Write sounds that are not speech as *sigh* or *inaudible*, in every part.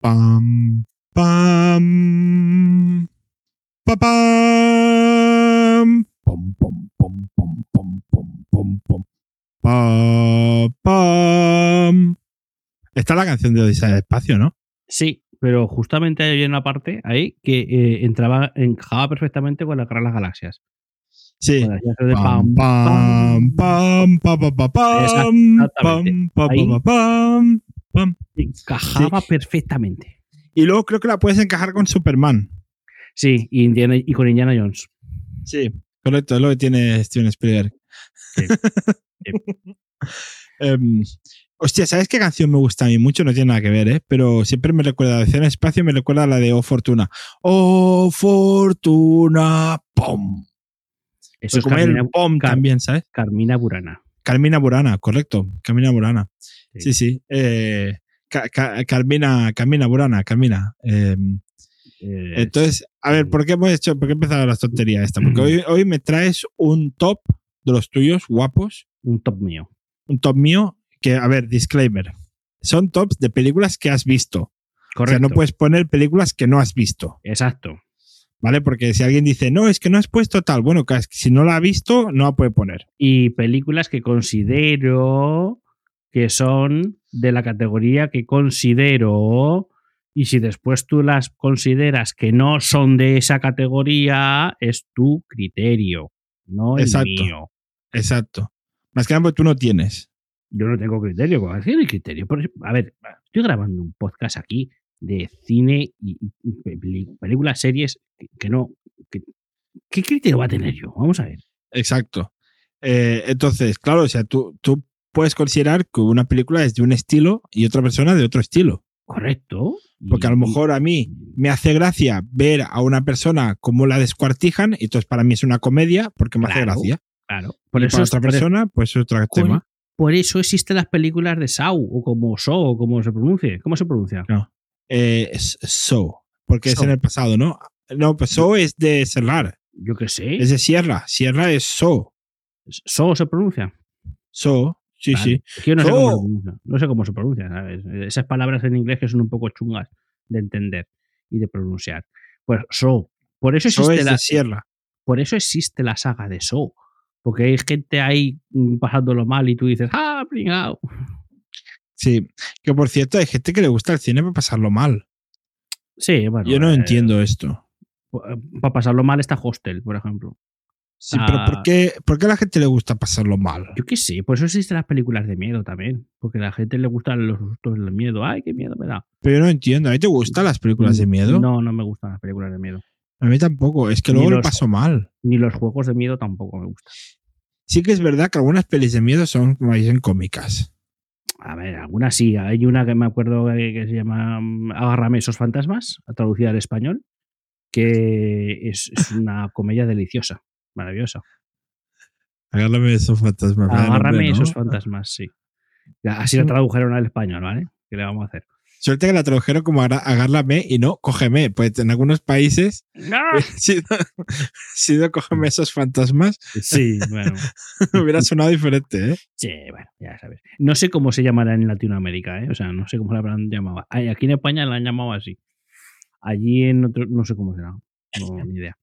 Pam, pam, pa, pam, pom, pom, pom, pom, pom, pom, pom, pom, pa, pam. Está la canción de Odisea del Espacio, ¿no? Sí, pero justamente hay una parte ahí que eh, entraba, encajaba perfectamente con la Guerra de las Galaxias. Sí. Ah. Con las galaxias de Pam, pam, pam, pam. pam, pa, pa, pa, pam, pam, Exactamente. pa, pa, Ahí. pa, pam. Encajaba perfectamente. Y luego creo que la puedes encajar con Superman. Sí, y, Indiana- y con Indiana Jones. Sí, correcto, es lo que tiene Steven Spielberg. Sí. *laughs* Em, hostia, ¿sabes qué canción me gusta a mí mucho? No tiene nada que ver, ¿eh? Pero siempre me recuerda a Escena Espacio, me recuerda a la de Oh Fortuna. Oh Fortuna, pom. Eso Pues es como hay Carmina, el pom Car- también, ¿sabes? Carmina Burana. Carmina Burana, correcto, Carmina Burana. Sí, Sí. sí. eh, Ca- Ca- Carmina, Carmina Burana, Carmina. em, Eh, Entonces, a ver, ¿por qué hemos hecho, por qué he empezado la tontería esta? Porque hoy, hoy me traes un top de los tuyos guapos, un top mío. un top mío, que, a ver, disclaimer, son tops de películas que has visto. Correcto. O sea, no puedes poner películas que no has visto, Exacto. ¿vale? Porque si alguien dice, no, es que no has puesto tal, bueno, cas- si no la ha visto, no la puede poner. Y películas que considero que son de la categoría que considero. Y si después tú las consideras que no son de esa categoría, es tu criterio, no el Exacto. mío. Exacto. Más que nada porque tú no tienes. Yo no tengo criterio, ¿cómo decir el criterio? Por ejemplo, a ver, estoy grabando un podcast aquí de cine y, y peli- películas, series que, que no. que- ¿Qué criterio va a tener yo? Vamos a ver. Exacto. Eh, entonces, claro, o sea, tú, tú puedes considerar que una película es de un estilo y otra persona de otro estilo. Correcto. Y- Porque a lo y- mejor a mí me hace gracia ver a una persona como la descuartijan, y entonces para mí es una comedia porque me hace Claro, gracia. Claro. Por Por eso, para otra por- persona, pues es otro por- tema. por eso existen las películas de Sau, o como So, o como se pronuncie. ¿Cómo se pronuncia? Eh, es so, porque es So. en el pasado, ¿no? No, pues so es de cerrar, Yo qué sé. es de sierra. Sierra es so. So se pronuncia. So, sí, Vale. sí. Es que yo no sé, So. cómo se pronuncia, no sé cómo se pronuncia, ¿sabes? Esas palabras en inglés que son un poco chungas de entender y de pronunciar. Pues So. Por eso So existe, es la, de sierra. por eso existe la saga de So. Porque hay gente ahí mm, pasándolo mal y tú dices, ah, pringao. Sí. Que por cierto, hay gente que le gusta el cine para pasarlo mal. Sí, bueno. Yo no eh, entiendo esto. Para pasarlo mal está Hostel, por ejemplo. Sí, pero ¿por ah. qué, ¿por qué a la gente le gusta pasarlo mal? Yo qué sé, por eso existen las películas de miedo también. Porque a la gente le gustan los sustos del miedo. Ay, qué miedo me da. Pero yo no entiendo. ¿A ti te gustan las películas de miedo? Mm, No, no me gustan las películas de miedo. A mí tampoco, es que Ni luego lo los- paso mal. Ni los juegos de miedo tampoco me gustan. Sí que es verdad que algunas pelis de miedo son me dicen cómicas. A ver, algunas sí. Hay una que me acuerdo que, que se llama mm, Agárrame esos fantasmas, traducida al español, que es, es una comedia deliciosa, maravillosa. Agárrame esos fantasmas. Agárrame esos fantasmas, sí. Ya, Así la tradujeron al español, ¿vale? ¿Qué le vamos a *laughs* hacer? Suerte que la tradujeron como agra- agárrame y no cógeme. Pues en algunos países ¡Ah! *laughs* hubiera sido, sido cógeme esos fantasmas *laughs* Sí, bueno. hubiera sonado diferente. ¿eh? Sí, bueno, ya sabes. No sé cómo se llamará en Latinoamérica, ¿eh? O sea, no sé cómo la habrán llamado. Ay, Aquí en España la han llamado así. Allí en otro, no sé cómo será. *laughs* No, ni idea.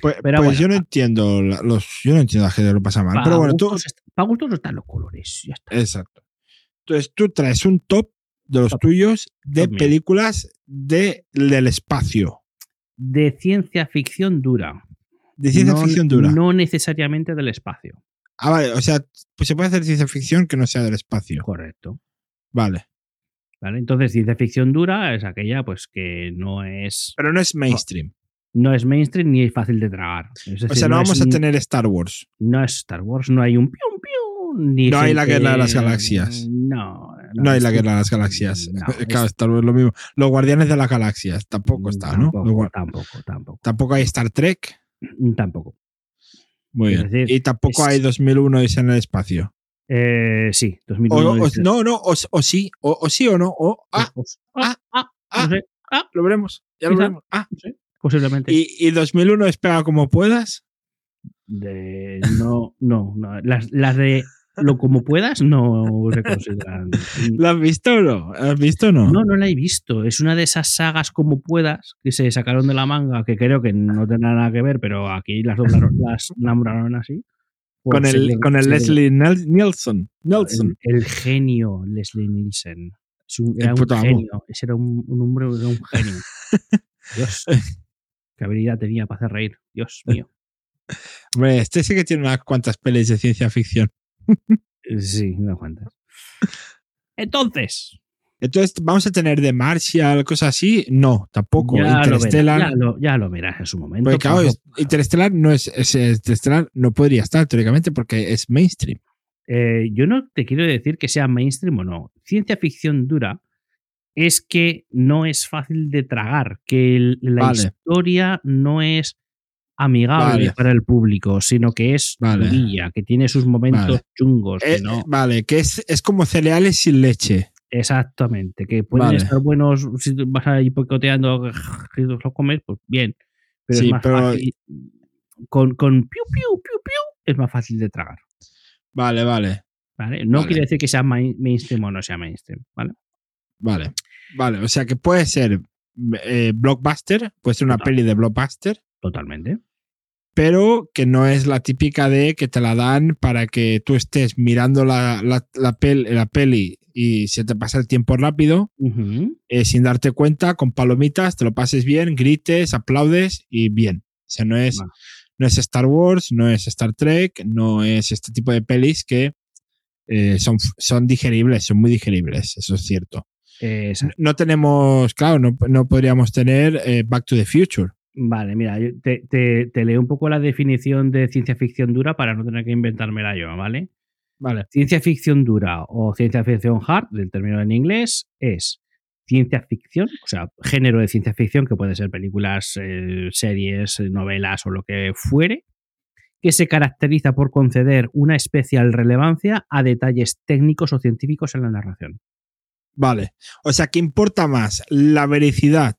Pues, Pero pues bueno, ah. yo no pa- entiendo la- los, yo no entiendo a la gente que lo pasa mal. Para pero bueno, tú, gustos, est- pa' gustos no están los colores. Ya está. exacto. Entonces tú traes un top de los Top. tuyos de Top mío. películas de, del espacio, De ciencia ficción dura. de ciencia No- ficción dura. No necesariamente del espacio. Ah, vale, o sea, pues se puede hacer ciencia ficción que no sea del espacio. Correcto. Vale. ¿Vale? Entonces, ciencia ficción dura es aquella pues que no es, Pero no es mainstream. no es mainstream ni es fácil de tragar. Es O decir, sea, no es vamos a ni- tener Star Wars. No es Star Wars, no hay un pium pium. ni No hay la gente- Guerra de las Galaxias. No, No hay la es- guerra de las galaxias. *laughs* No, este claro, es- Star Wars es lo mismo. Los guardianes de las galaxias Mm, tampoco está, ¿no? Los Tampoco, gua- tampoco, tampoco. Tampoco hay Star Trek. tampoco. Muy Es bien. decir, y tampoco es- hay 2001 dice en el espacio. Eh, sí, O, 2001. o- es- no, no, o, o sí, o, o sí o no. O, ah, pues- ah, ah, ah. no sé, lo veremos. Ya lo Quizá. veremos. Ah, posiblemente. y, y 2001 es pega como puedas. De- no, no, no. Las, las de lo como puedas no se consideran. ¿La has visto o no? ¿La ¿Has visto o no? No, no la he visto. Es una de esas sagas como puedas que se sacaron de la manga, que creo que no tendrá nada que ver, pero aquí *laughs* las doblaron, las nombraron así. por Con el, ser- con el ser Leslie Nel- Nielsen. Nelson. el, el genio Leslie Nielsen. Es un- El era un puto amo. genio. Ese era un, un hombre, era un *laughs* genio. Dios. Qué habilidad tenía para hacer reír. Dios Eh, mío. Hombre, este sí que tiene unas cuantas pelis de ciencia ficción. Sí, no aguantas. Entonces, Entonces, ¿vamos a tener de Martial, cosas así? No, tampoco. ya lo, verás, Interstellar. ya, lo, ya lo verás en su momento. Porque, claro, pero es- Interstellar no es, es- Interstellar no podría estar teóricamente porque es mainstream. Eh, yo no te quiero decir que sea mainstream o no. Ciencia ficción dura es que no es fácil de tragar, que el- la Vale. historia no es amigable Vale. para el público, sino que es Vale. durilla, que tiene sus momentos Vale. chungos. que Eh, no- Vale, que es, es como cereales sin leche. exactamente, que pueden Vale. estar buenos si tú vas ahí boicoteando *laughs* y los comes, pues bien. Pero Sí, es más pero- fácil. Con, con piu, piu, piu, piu, es más fácil de tragar. Vale, vale, ¿vale? No Vale. quiere decir que sea main- mainstream o no sea mainstream. ¿vale? vale. Vale, o sea que puede ser eh, blockbuster, puede ser una Total. peli de blockbuster, Totalmente. pero que no es la típica de que te la dan para que tú estés mirando la, la, la pel- la peli y se te pasa el tiempo rápido Ujú. eh, sin darte cuenta, con palomitas, te lo pases bien, grites, aplaudes y bien. O sea, no es, Vale. no es Star Wars, no es Star Trek, no es este tipo de pelis que eh, son, son digeribles, son muy digeribles, eso es cierto. Exacto. No tenemos, claro, no, no podríamos tener eh, Back to the Future. Vale, mira, yo te, te- te leo un poco la definición de ciencia ficción dura para no tener que inventármela yo, ¿vale? Vale. Ciencia ficción dura o ciencia ficción hard, del término en inglés, es ciencia ficción, o sea, género de ciencia ficción, que puede ser películas, eh, series, eh, novelas o lo que fuere, que se caracteriza por conceder una especial relevancia a detalles técnicos o científicos en la narración. Vale. O sea, ¿qué importa más? ¿La veracidad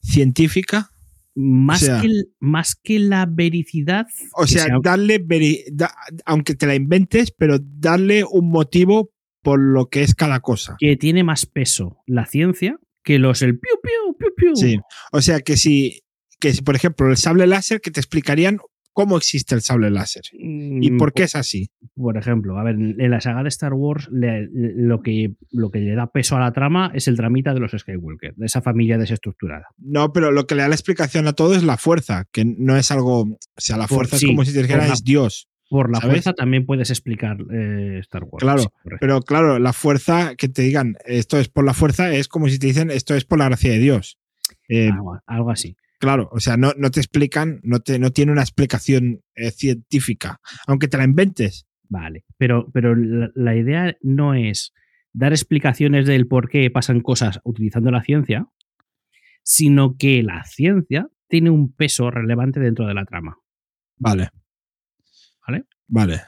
científica? Más, O sea- que, el- más que la vericidad. O que sea, sea- darle, veri- da- aunque te la inventes, pero darle un motivo por lo que es cada cosa. que tiene más peso la ciencia que los el piu piu piu piu. Sí. O sea que si, que si, por ejemplo, el sable láser, que te explicarían cómo existe el sable láser y Mm, por qué es así. Por ejemplo, a ver, en la saga de Star Wars le- lo, que, lo que le da peso a la trama es el dramita de los Skywalker, de esa familia desestructurada. No, pero lo que le da la explicación a todo es la fuerza, que no es algo. O sea, la Por- fuerza sí, es como si te dijeran por la- es Dios. Por la ¿Sabes? fuerza también puedes explicar eh, Star Wars. Claro, Sí, correcto. Pero claro, la fuerza que te digan esto es por la fuerza es como si te dicen esto es por la gracia de Dios. Eh, algo, algo así. Claro, o sea, no, no te explican, no, te, no tiene una explicación eh, científica, aunque te la inventes. Vale. Pero, pero la, la idea no es dar explicaciones del por qué pasan cosas utilizando la ciencia, sino que la ciencia tiene un peso relevante dentro de la trama. Vale. Vale. Vale.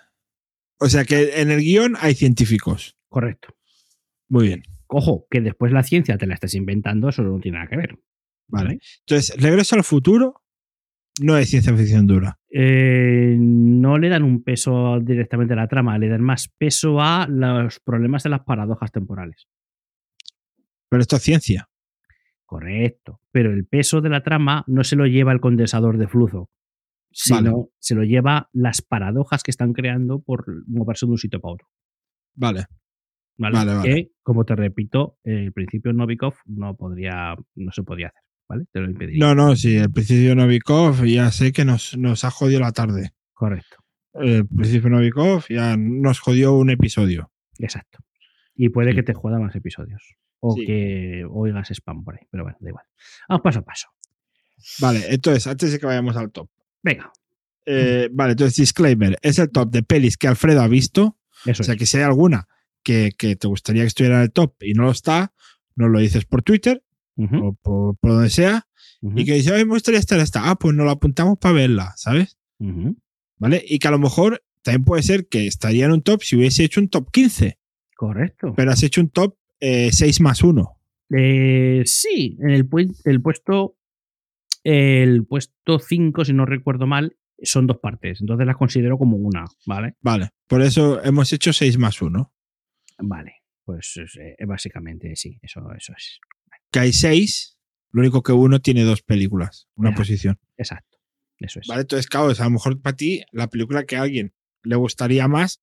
O sea que en el guión hay científicos. Correcto. Muy bien. Ojo, que después la ciencia te la estés inventando, eso no tiene nada que ver. Vale. Entonces, Regreso al futuro no es ciencia ficción dura. Eh, no le dan un peso directamente a la trama, le dan más peso a los problemas de las paradojas temporales. Pero esto es ciencia. Correcto. Pero el peso de la trama no se lo lleva el condensador de flujo, sino se lo lleva las paradojas que están creando por moverse de un sitio para otro. Vale. ¿vale? Vale, vale. Que, como te repito, el principio Novikov no podría, no se podía hacer, ¿vale? Te lo impediría. No, no, sí, el principio Novikov ya sé que nos, nos ha jodido la tarde. Correcto. El principio Novikov ya nos jodió un episodio. Exacto. Y puede Sí. que te juega más episodios. O Sí. que oigas spam por ahí. Pero bueno, da igual. Vamos paso a paso. Vale, entonces, antes de que vayamos al top. Venga. Eh, vale, entonces, disclaimer, es el top de pelis que Alfredo ha visto. Eso O sea, es. que si hay alguna que, que te gustaría que estuviera en el top y no lo está, nos lo dices por Twitter Ujú, o por, por donde sea. ujú, Y que dice, ay, me gustaría estar en esta. Ah, pues nos la apuntamos para verla, ¿sabes? ujú. ¿Vale? Y que a lo mejor también puede ser que estaría en un top si hubiese hecho un top 15, Correcto. pero has hecho un top eh, 6 más 1. Eh, sí, en el, puen- el puesto. El puesto 5, si no recuerdo mal, son dos partes. Entonces las considero como una, ¿vale? Vale, por eso hemos hecho 6 más 1. Vale, pues eh, básicamente sí, eso, eso es. Que hay 6, lo único que uno tiene dos películas, una Ajá. posición. Exacto, eso es. Vale, entonces, claro, o sea, a lo mejor para ti la película que a alguien le gustaría más,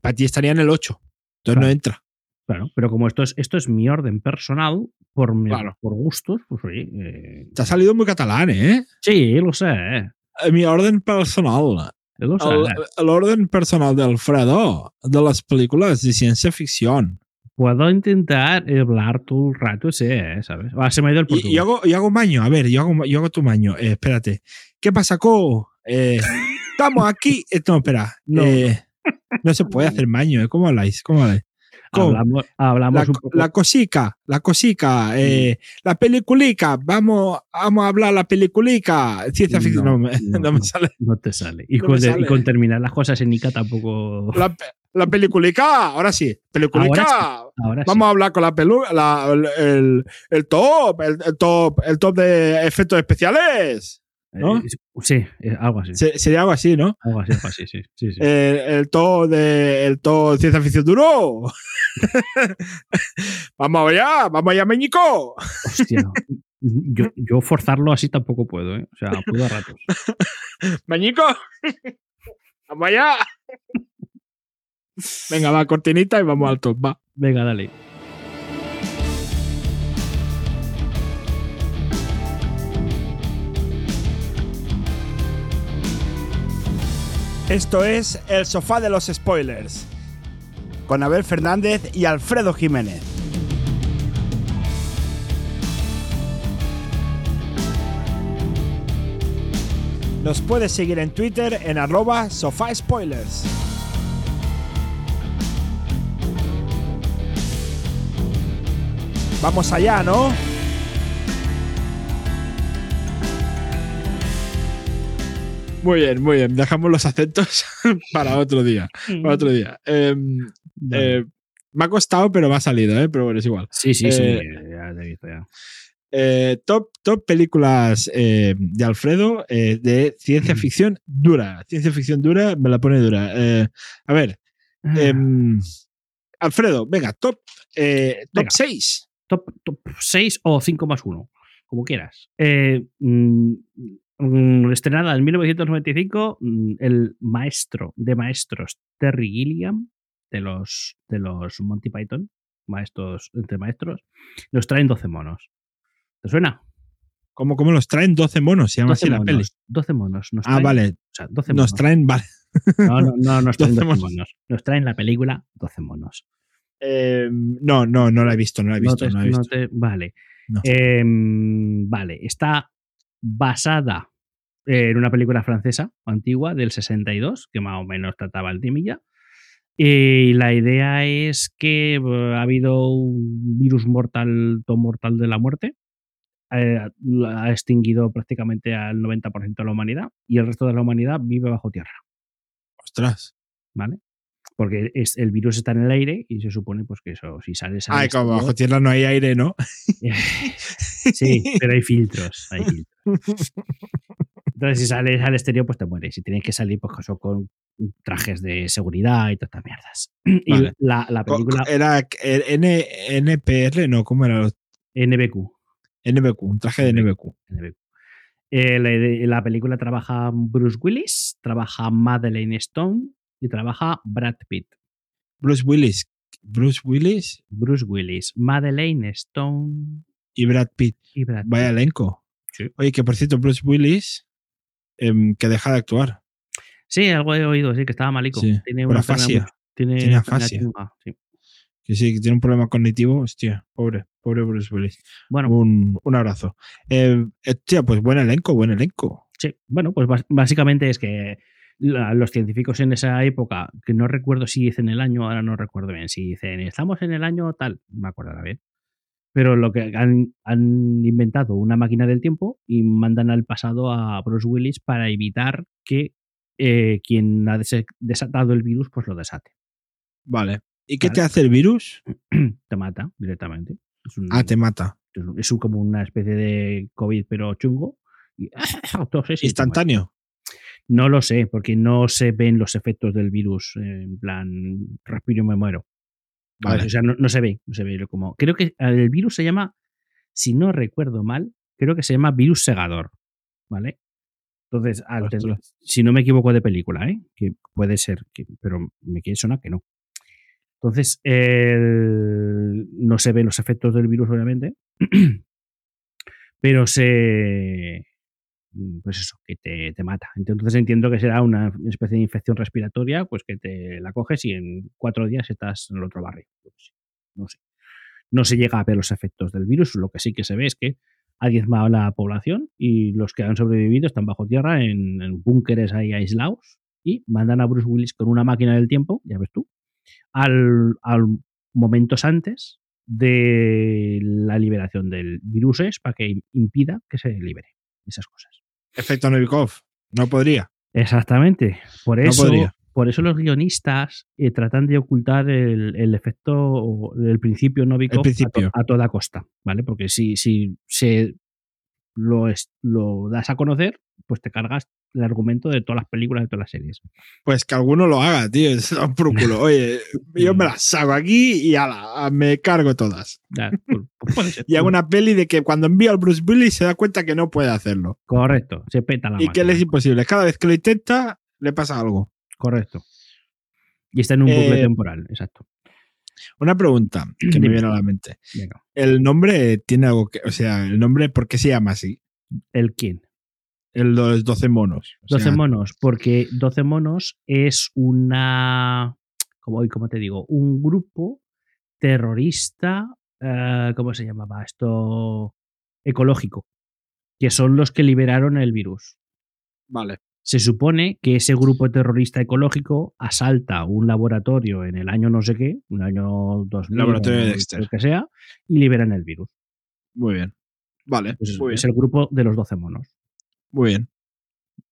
para ti estaría en el 8. Entonces no Claro. entra. Claro, pero como esto es, esto es mi orden personal, por, mi- Claro. por gustos, pues oye, eh, Te ha salido muy catalán, ¿eh? sí, lo sé, eh, Eh, Mi orden personal. lo sé. eh, El, el orden personal de Alfredo, de las películas de ciencia ficción. Puedo intentar hablar todo el rato, sí, eh, ¿sabes? Ah, se me ha ido el Y, portugués. y hago, y hago un baño, a ver, yo hago, yo hago tu baño. Eh, espérate. ¿Qué pasa, Co? *laughs* Eh, estamos aquí. Eh, no, espera. No. Eh, no se puede hacer baño, ¿eh? ¿Cómo habláis? ¿Cómo habláis? Co, hablamos la, hablamos un poco. la cosica, la cosica, eh, la peliculica, vamos, vamos a hablar la peliculica. Ciencia No, ficción, no, me, no, *laughs* no me no. sale. No te sale. Y, No con, me de- y sale. con terminar las cosas en Ica tampoco. La, pe- la peliculica, ahora sí, peliculica. Ahora sí. Vamos a hablar con la pelu la- el, el- el top, el, el top, el top de efectos especiales. ¿no? Eh, sí, eh, algo así. Se- sería algo así, ¿no? Algo así, algo así, sí. *laughs* sí, sí. El, el todo de el todo de ciencia ficción duro. *laughs* vamos allá, vamos allá, Meñico. Hostia. Yo, yo forzarlo así tampoco puedo, ¿eh? O sea, puedo a ratos. Meñico. *laughs* vamos allá. Venga, va, cortinita y vamos al top, va. Venga, dale. Esto es El Sofá de los Spoilers, con Abel Fernández y Alfredo Jiménez. Nos puedes seguir en Twitter en arroba sofá spoilers. Vamos allá, ¿no? Muy bien, muy bien. Dejamos los acentos *laughs* para otro día. Para otro día. Em, Dale. eh, me ha costado, pero me ha salido, ¿eh? Pero bueno, es igual. sí, sí, sí. eh, Ya te he visto, ya. Eh, top, top películas eh, de Alfredo eh, de Mm. ciencia ficción dura. Ciencia ficción dura me la pone dura. Eh, a ver, Mm. em, Alfredo, venga, top, eh, top Venga. 6. top, top 6 o 5 más 1, como quieras. Eh, mm, mm, estrenada en 1995, mm, el maestro de maestros Terry Gilliam, de los, de los Monty Python, maestros entre maestros, nos traen 12 monos. ¿Te suena? ¿Cómo, cómo los traen? 12 monos, se llama 12 así la peli. monos. 12 monos. Nos Ah, traen, vale, O sea, 12 nos monos. traen, vale. No, no, no, *laughs* nos traen 12 12 monos. monos. Nos traen la película 12 monos. Em, no, no, no la he visto, no la he visto, No te- no la he visto. no te- vale. No. Em, vale, está basada en una película francesa antigua del 62, que más o menos trataba el temilla. Y la idea es que eh, ha habido un virus mortal, to mortal de la muerte. eh, ha extinguido prácticamente al 90% de la humanidad y el resto de la humanidad vive bajo tierra. Ostras. ¿vale? Porque es, el virus está en el aire y se supone pues que eso, si sales al Ay, como exterior- Ah, bajo tierra no hay aire, ¿no? *laughs* Sí, pero hay filtros. Hay filtros. Entonces, si sales al exterior, pues te mueres. Y tienes que salir, pues, eso con trajes de seguridad y todas estas mierdas. *clears throat* Y Vale. la, la Co- co- película Era eh, N- NPR, no, ¿cómo era? Los- NBQ. NBQ, un traje de NBQ. NBQ. Eh, la, ide- la película trabaja Bruce Willis, trabaja Madeleine Stone y trabaja Brad Pitt. Bruce Willis. Bruce Willis Bruce Willis, Madeleine Stone y Brad Pitt. y Brad Vaya Pitt. elenco. Sí. Oye, que por cierto, Bruce Willis em, que deja de actuar. Sí, algo he oído, sí, que estaba malico. Sí, Tiene por una enfermedad afasia. muy- Tiene, Tiene una enfermedad afasia. chunga, sí. Que sí, que tiene un problema cognitivo. Hostia, pobre, pobre Bruce Willis. Bueno, Un, un abrazo. Eh, hostia, pues buen elenco, buen elenco. Sí, bueno, pues bas- básicamente es que la- los científicos en esa época, que no recuerdo si dicen el año, ahora no recuerdo bien, si dicen estamos en el año tal, no me acordará bien. Pero lo que han, han inventado una máquina del tiempo y mandan al pasado a Bruce Willis para evitar que eh, quien ha dese- desatado el virus pues lo desate. *clears throat* Vale. ¿Y qué Vale. te hace el virus? Te mata directamente. Es, un- Ah, te mata. es un- es un- *coughs* como una especie de COVID pero chungo. ah, Y, toses y te mueres. Instantáneo. No lo sé, porque no se ven los efectos del virus. eh, En plan, respiro y me muero. Vale. ¿Sabes? O sea, no, no se ve, no se ve como. Creo que el virus se llama, si no recuerdo mal, creo que se llama virus segador. ¿Vale? Entonces, al Ostras. tener- si no me equivoco de película, ¿eh? que puede ser, que, pero me quiere sonar que no. Entonces, el- no se ven los efectos del virus, obviamente, *clears throat* pero se. Pues eso, que te, te mata. Entonces entiendo que será una especie de infección respiratoria, pues que te la coges y en cuatro días estás en el otro barrio. Yo qué sé, No sé. No se llega a ver los efectos del virus, lo que sí que se ve es que ha diezmado la población y los que han sobrevivido están bajo tierra en, en búnkeres ahí aislados y mandan a Bruce Willis con una máquina del tiempo, ya ves tú, al, al momentos antes de la liberación del virus es para que impida que se libere esas cosas. Efecto Novikov. No podría. Exactamente. Por No eso, podría. por eso los guionistas eh, tratan de ocultar el, el efecto, o el principio Novikov El a to- principio. A, toda costa, ¿vale? Porque si, si se lo, es- lo das a conocer, pues te cargas el argumento de todas las películas, de todas las series. Pues que alguno lo haga, tío. Es un por *laughs* culo. Oye, yo Mm. me las hago aquí y ala, me cargo todas. Ya, pues, pues puede ser. *laughs* Y hago una peli de que cuando envío al Bruce Willis se da cuenta que no puede hacerlo. Correcto, se peta la y que le máquina. es imposible. Cada vez que lo intenta, le pasa algo. Correcto. Y está en un bucle Eh, temporal, exacto. Una pregunta que me *clears throat* Dime. viene a la mente. Venga. El nombre tiene algo que. O sea, el nombre, ¿por qué se llama así? ¿El quién? El de los 12 monos. O 12 sea, monos, porque 12 monos es una. Como hoy, como te digo, un grupo terrorista. eh, ¿Cómo se llamaba esto? Ecológico. Que son los que liberaron el virus. Vale. Se supone que ese grupo terrorista ecológico asalta un laboratorio en el año no sé qué, un año 2000, Laboratorio de o Dexter. lo que sea, y liberan el virus. Muy bien. Vale. Pues es, muy, bien. es el grupo de los 12 monos. muy bien.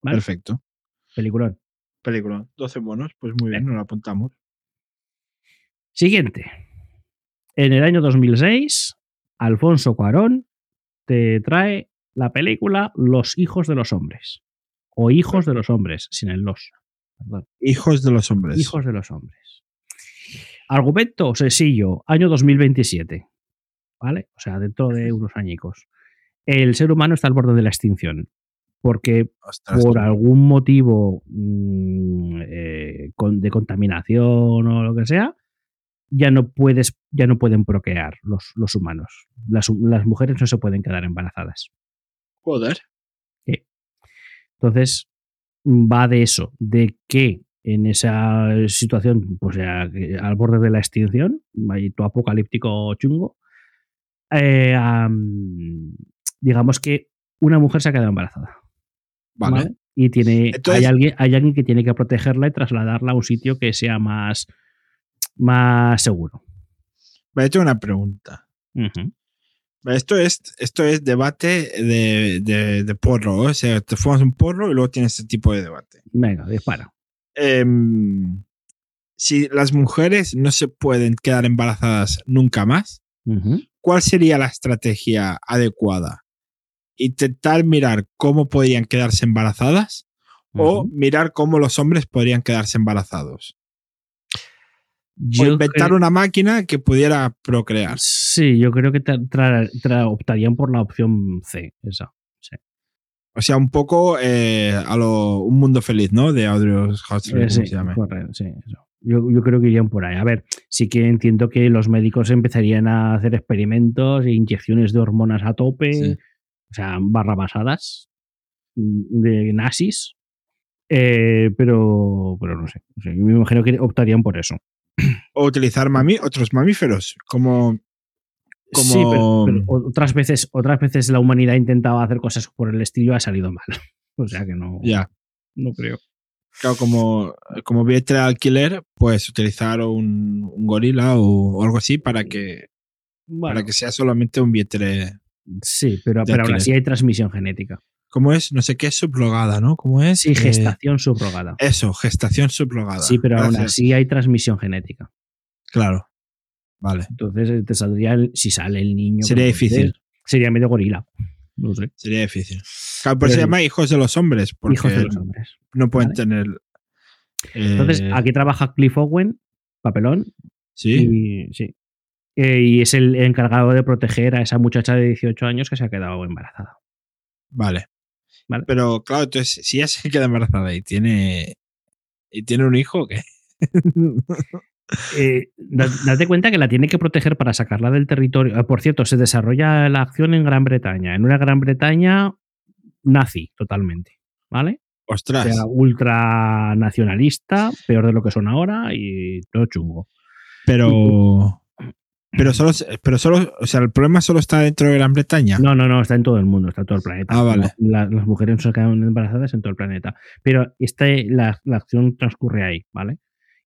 Vale. Perfecto. Peliculón. Película. 12 monos. Pues muy bien, nos lo apuntamos. Siguiente. En el año 2006, Alfonso Cuarón te trae la película Los hijos de los hombres. O Hijos de los hombres, sin el los. Perdón. Hijos de los hombres. Hijos de los hombres. Argumento sencillo, año 2027. ¿Vale? O sea, dentro de unos añicos. El ser humano está al borde de la extinción. Porque Ostras, por algún motivo mm, eh, con- de contaminación o lo que sea, ya no puedes, ya no pueden procrear los, los humanos. Las, hu- las mujeres no se pueden quedar embarazadas. joder. Entonces, va de eso, de que en esa situación, pues ya que al borde de la extinción, ahí tu apocalíptico chungo, eh, am, digamos que una mujer se ha quedado embarazada. Vale. ¿vale? Y tiene, Entonces- hay, alguien, hay alguien que tiene que protegerla y trasladarla a un sitio que sea más, más seguro. Vale, tengo una pregunta. Ujú. Vale, Esto es, esto es debate de, de, de porro. ¿eh? O sea, te fumas un porro y luego tienes este tipo de debate. Venga, dispara. Em, si las mujeres no se pueden quedar embarazadas nunca más, Ujú. ¿cuál sería la estrategia adecuada? ¿Intentar mirar cómo podían quedarse embarazadas o Ujú. mirar cómo los hombres podrían quedarse embarazados? O Yo inventar creo- una máquina que pudiera procrear. Sí, yo creo que tra- tra- tra- optarían por la opción C, esa. O sea, un poco eh, a lo Un Mundo Feliz, ¿no? De Audrey Huxley, Eh, ¿cómo sí, se llama? correcto, sí, eso. Yo, yo creo que irían por ahí. A ver, sí que entiendo que los médicos empezarían a hacer experimentos e inyecciones de hormonas a tope, Sí. o sea, barrabasadas mm, de nazis, Eh, pero, pero no sé. O sea, yo me imagino que optarían por eso. O utilizar mami, otros mamíferos, como Como- Sí, pero, pero otras, veces, otras veces la humanidad intentaba hacer cosas por el estilo y ha salido mal. *laughs* O sea que no, ya, no creo. claro, como, como vientre alquiler, pues utilizar un, un gorila o, o algo así para que, Bueno, para que sea solamente un vientre. sí, pero, de pero aún alquiler. así hay transmisión genética. ¿Cómo es? No sé qué, subrogada, ¿no? ¿Cómo es? Sí, Eh, gestación subrogada. Eso, gestación subrogada. Sí, pero aún Gracias. así hay transmisión genética. Claro. Vale. Entonces eh, te saldría, el- si sale el niño. Sería como dices, difícil. Sería medio gorila. No sé. Sería difícil. Claro, por eso se Pero- llama Hijos de los Hombres, porque Hijos de los hombres. no pueden Vale. tener. eh, Entonces, aquí trabaja Cliff Owen, papelón, Sí, Y, sí. Eh, y es el encargado de proteger a esa muchacha de 18 años que se ha quedado embarazada. vale. Vale. Pero claro, entonces, si ella se queda embarazada y tiene. Y tiene un hijo, ¿qué? Eh, da- date cuenta que la tiene que proteger para sacarla del territorio. Ah, por cierto, se desarrolla la acción en Gran Bretaña, en una Gran Bretaña nazi totalmente. ¿Vale? O Ostras. *laughs* sea, ultranacionalista, peor de lo que son ahora y todo chungo. pero. Pero *clears throat* solo, pero solo, o sea, el problema solo está dentro de Gran Bretaña. No, no, no, está en todo el mundo, está en todo el planeta. Ah, vale. La- las mujeres no se quedan embarazadas en todo el planeta. Pero este, la, la acción transcurre ahí, ¿vale?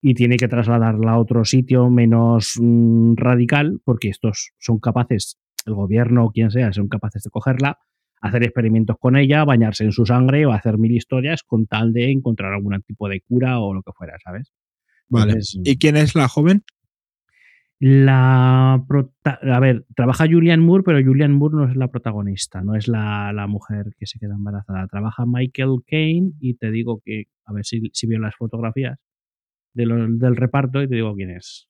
Y tiene que trasladarla a otro sitio menos mm, radical, porque estos son capaces, el gobierno o quien sea, son capaces de cogerla, hacer experimentos con ella, bañarse en su sangre o hacer mil historias con tal de encontrar algún tipo de cura o lo que fuera, ¿sabes? vale. Entonces, ¿Y quién es la joven? la prota- a ver, trabaja Julian Moore, pero Julian Moore no es la protagonista, no es la, la mujer que se queda embarazada. Trabaja Michael Caine y te digo que, a ver si, si veo las fotografías de lo- del reparto y te digo quién es.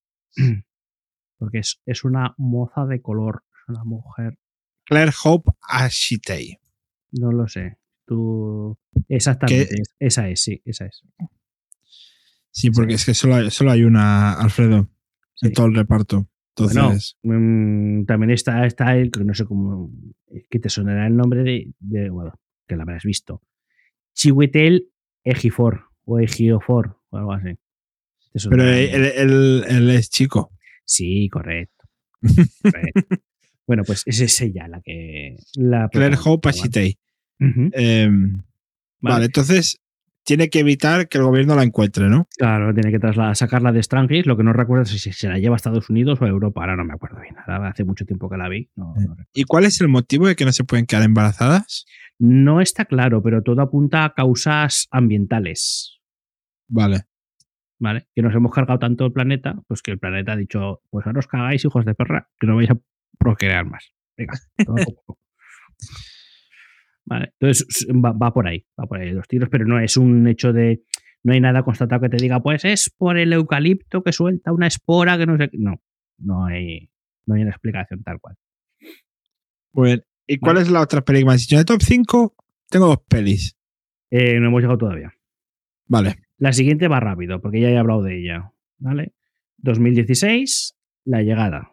*clears throat* Porque es, es una moza de color, es una mujer, Claire Hope Ashitei. no lo sé. Tú... Exactamente, es- esa es, sí, esa es. Sí, porque es que solo hay, solo hay una, Alfredo, Sí. en todo el reparto. Entonces, Bueno, Mm, también está, está el que no sé cómo. es que te sonará el nombre de. de- bueno, que lo habrás visto. Chiwetel Ejifor o Ejiofor o algo así. Te pero sonará el él, nombre. él- él- él es chico. Sí, correcto. *laughs* correcto. bueno, pues es- es ella la que. La Claire Hope protagonista, Ashitei. ¿vale? Ujú, Eh, vale. vale. entonces tiene que evitar que el gobierno la encuentre, ¿no? Claro, tiene que trasladar, sacarla de Strangis. Lo que no recuerdo es si se la lleva a Estados Unidos o a Europa. Ahora no me acuerdo bien. Ahora hace mucho tiempo que la vi. No, no recuerdo. ¿Y cuál es el motivo de que no se pueden quedar embarazadas? No está claro, pero todo apunta a causas ambientales. Vale, ¿vale? Que nos hemos cargado tanto el planeta, pues que el planeta ha dicho, pues ahora os cagáis, hijos de perra, que no vais a procrear más. Venga, toma por culo. Vale, entonces s- va, va por ahí, va por ahí los tiros, pero no es un hecho de. No hay nada constatado que te diga, pues es por el eucalipto que suelta una espora que no sé. qué". No, no hay, no hay una explicación tal cual. muy bien. ¿Y cuál es la otra película? ¿Me has dicho de top 5? Tengo dos pelis. Eh, no hemos llegado todavía. Vale, La siguiente va rápido, porque ya he hablado de ella. ¿Vale? 2016, la llegada.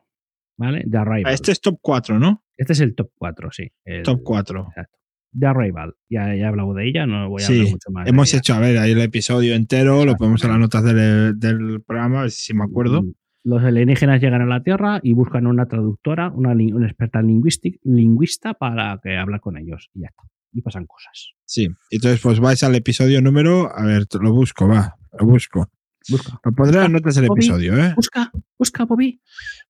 ¿Vale? De Arrival. este es top 4, ¿no? Este es el top 4, sí. pues. El Top 4. Exacto. De Arrival. Ya, ya he hablado de ella, no voy a Sí, hablar mucho más. de Hemos ella. hecho, a ver, ahí el episodio entero, lo ponemos en las notas del, del programa, a ver si me Mm. acuerdo. Los alienígenas llegan a la Tierra y buscan una traductora, una, lin- una experta lingüística, lingüista para que hablar con ellos. Y ya está. Y pasan cosas. Sí, entonces pues vais al episodio número, a ver, lo busco, va, lo busco. Busca. Lo pondré en las notas del Bobby. episodio, ¿eh? Busca, busca, Bobby.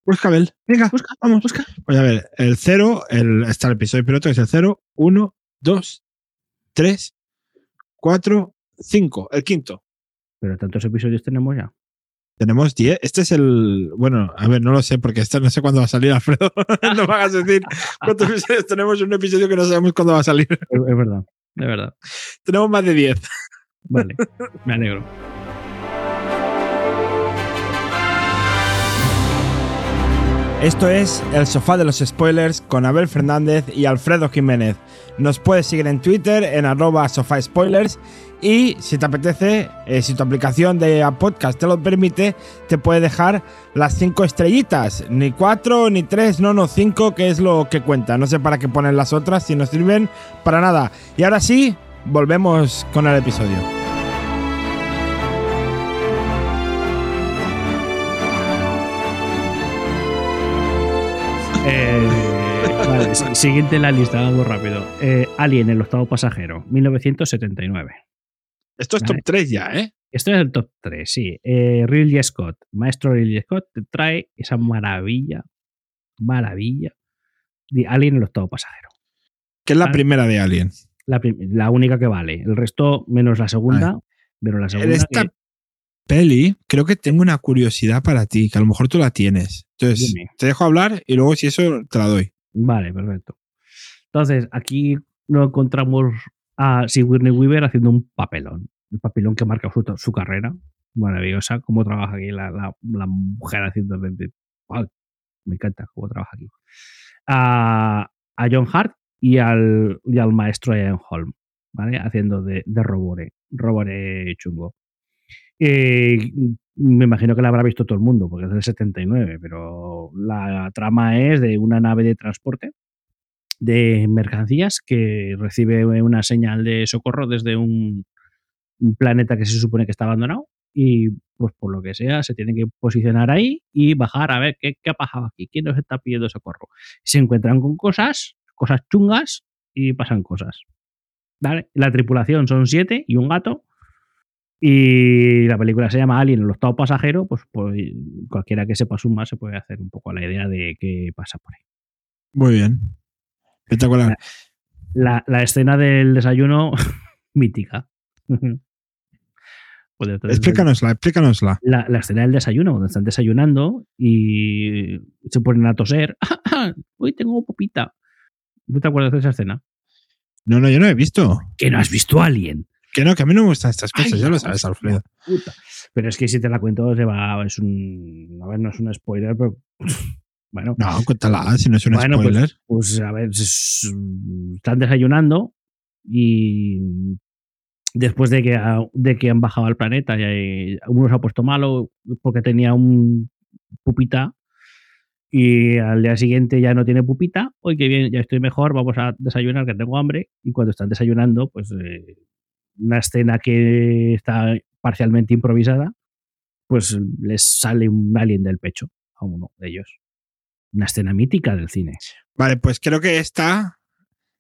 Busca, Abel, venga. Busca, Vamos. busca. Pues a ver, el 0, el, está el episodio piloto, que es el 0, 1, 2, 3, 4, 5, el quinto. Pero tantos episodios tenemos ya. Tenemos 10. Este es el. Bueno, a ver, no lo sé, porque este no sé cuándo va a salir, *laughs* Alfredo. no me hagas decir cuántos episodios tenemos en un episodio que no sabemos cuándo va a salir. *laughs* Es, es verdad, de verdad. tenemos más de 10. Vale, *laughs* me alegro. Esto es El Sofá de los Spoilers con Abel Fernández y Alfredo Jiménez. Nos puedes seguir en Twitter en arroba sofá spoilers y si te apetece, eh, si tu aplicación de podcast te lo permite, te puede dejar las 5 estrellitas. Ni 4, ni 3, no, no, 5 que es lo que cuenta. No sé para qué ponen las otras si no sirven para nada. Y ahora sí, volvemos con el episodio. Eh, vale, si- siguiente en la lista, vamos rápido. Eh, Alien, el octavo pasajero, 1979. Esto es Vale. top 3 ya, ¿eh? Esto es el top 3, sí. Eh, Ridley Scott, maestro Ridley Scott, te trae esa maravilla, maravilla de Alien el octavo pasajero. Que es la Vale. primera de Alien. La, prim- la única que vale. El resto, menos la segunda, menos la En segunda. esta que- peli, creo que tengo una curiosidad para ti, que a lo mejor tú la tienes. Entonces, Dime. te dejo hablar y luego, si eso, te la doy. Vale, perfecto. Entonces, aquí nos encontramos a Sigourney Weaver haciendo un papelón. El papelón que marca su, su carrera. Maravillosa. Cómo trabaja aquí la, la, la mujer haciendo. Wow, me encanta cómo trabaja aquí. A, a John Hart y al, y al maestro Ian Holm. ¿Vale? Haciendo de, de robore. Robore chungo. Eh, me imagino que la habrá visto todo el mundo, porque es del 79, pero la trama es de una nave de transporte de mercancías que recibe una señal de socorro desde un, un planeta que se supone que está abandonado y pues por lo que sea se tienen que posicionar ahí y bajar a ver qué, qué ha pasado aquí, quién nos está pidiendo socorro. Se encuentran con cosas, cosas chungas y pasan cosas. ¿Vale? La tripulación son siete y un gato. Y la película se llama Alien, el octavo pasajero, pues, pues, cualquiera que sepa suma se puede hacer un poco la idea de qué pasa por ahí. Muy bien. Espectacular. Ah, La, la escena del desayuno *laughs* mítica. *laughs* Joder, entonces, pues. Explícanosla, explícanosla. La, la escena del desayuno, donde están desayunando y se ponen a toser. *laughs* Hoy tengo popita. ¿No te acuerdas de esa escena? No, no, yo no he visto. Que no has visto a alguien. Que no, que a mí no me gustan estas cosas, Ay, ya lo hijo sabes, de Alfredo. Puta. Pero es que si te la cuento, se va, es un. A ver, no es un spoiler, pero. *laughs* Bueno, No, cuéntala, si no es un Bueno, spoiler. pues a ver, es- mm, están desayunando y después de que, ha- de que han bajado al planeta, y hay- uno se ha puesto malo porque tenía un pupita y al día siguiente ya no tiene pupita. Hoy que bien, ya estoy mejor, vamos a desayunar que tengo hambre. Y cuando están desayunando, pues eh, una escena que está parcialmente improvisada, pues les sale un alien del pecho a uno de ellos. Una escena mítica del cine. Vale, pues creo que esta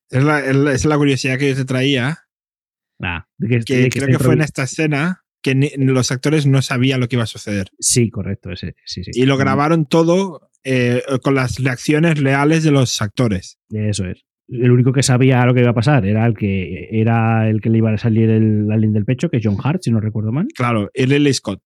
es la, es la- es la curiosidad que yo te traía, Ah, de que, que de que este creo está que fue en improvi- esta escena que ni- los actores no sabían lo que iba a suceder. Sí, correcto, ese, sí, Mm, sí. Y lo grabaron todo eh, con las reacciones reales de los actores. Eso es. El único que sabía lo que iba a pasar era el que era el que le iba a salir el alien del pecho, que es John Hart, si no recuerdo mal. Claro, y Ridley Scott.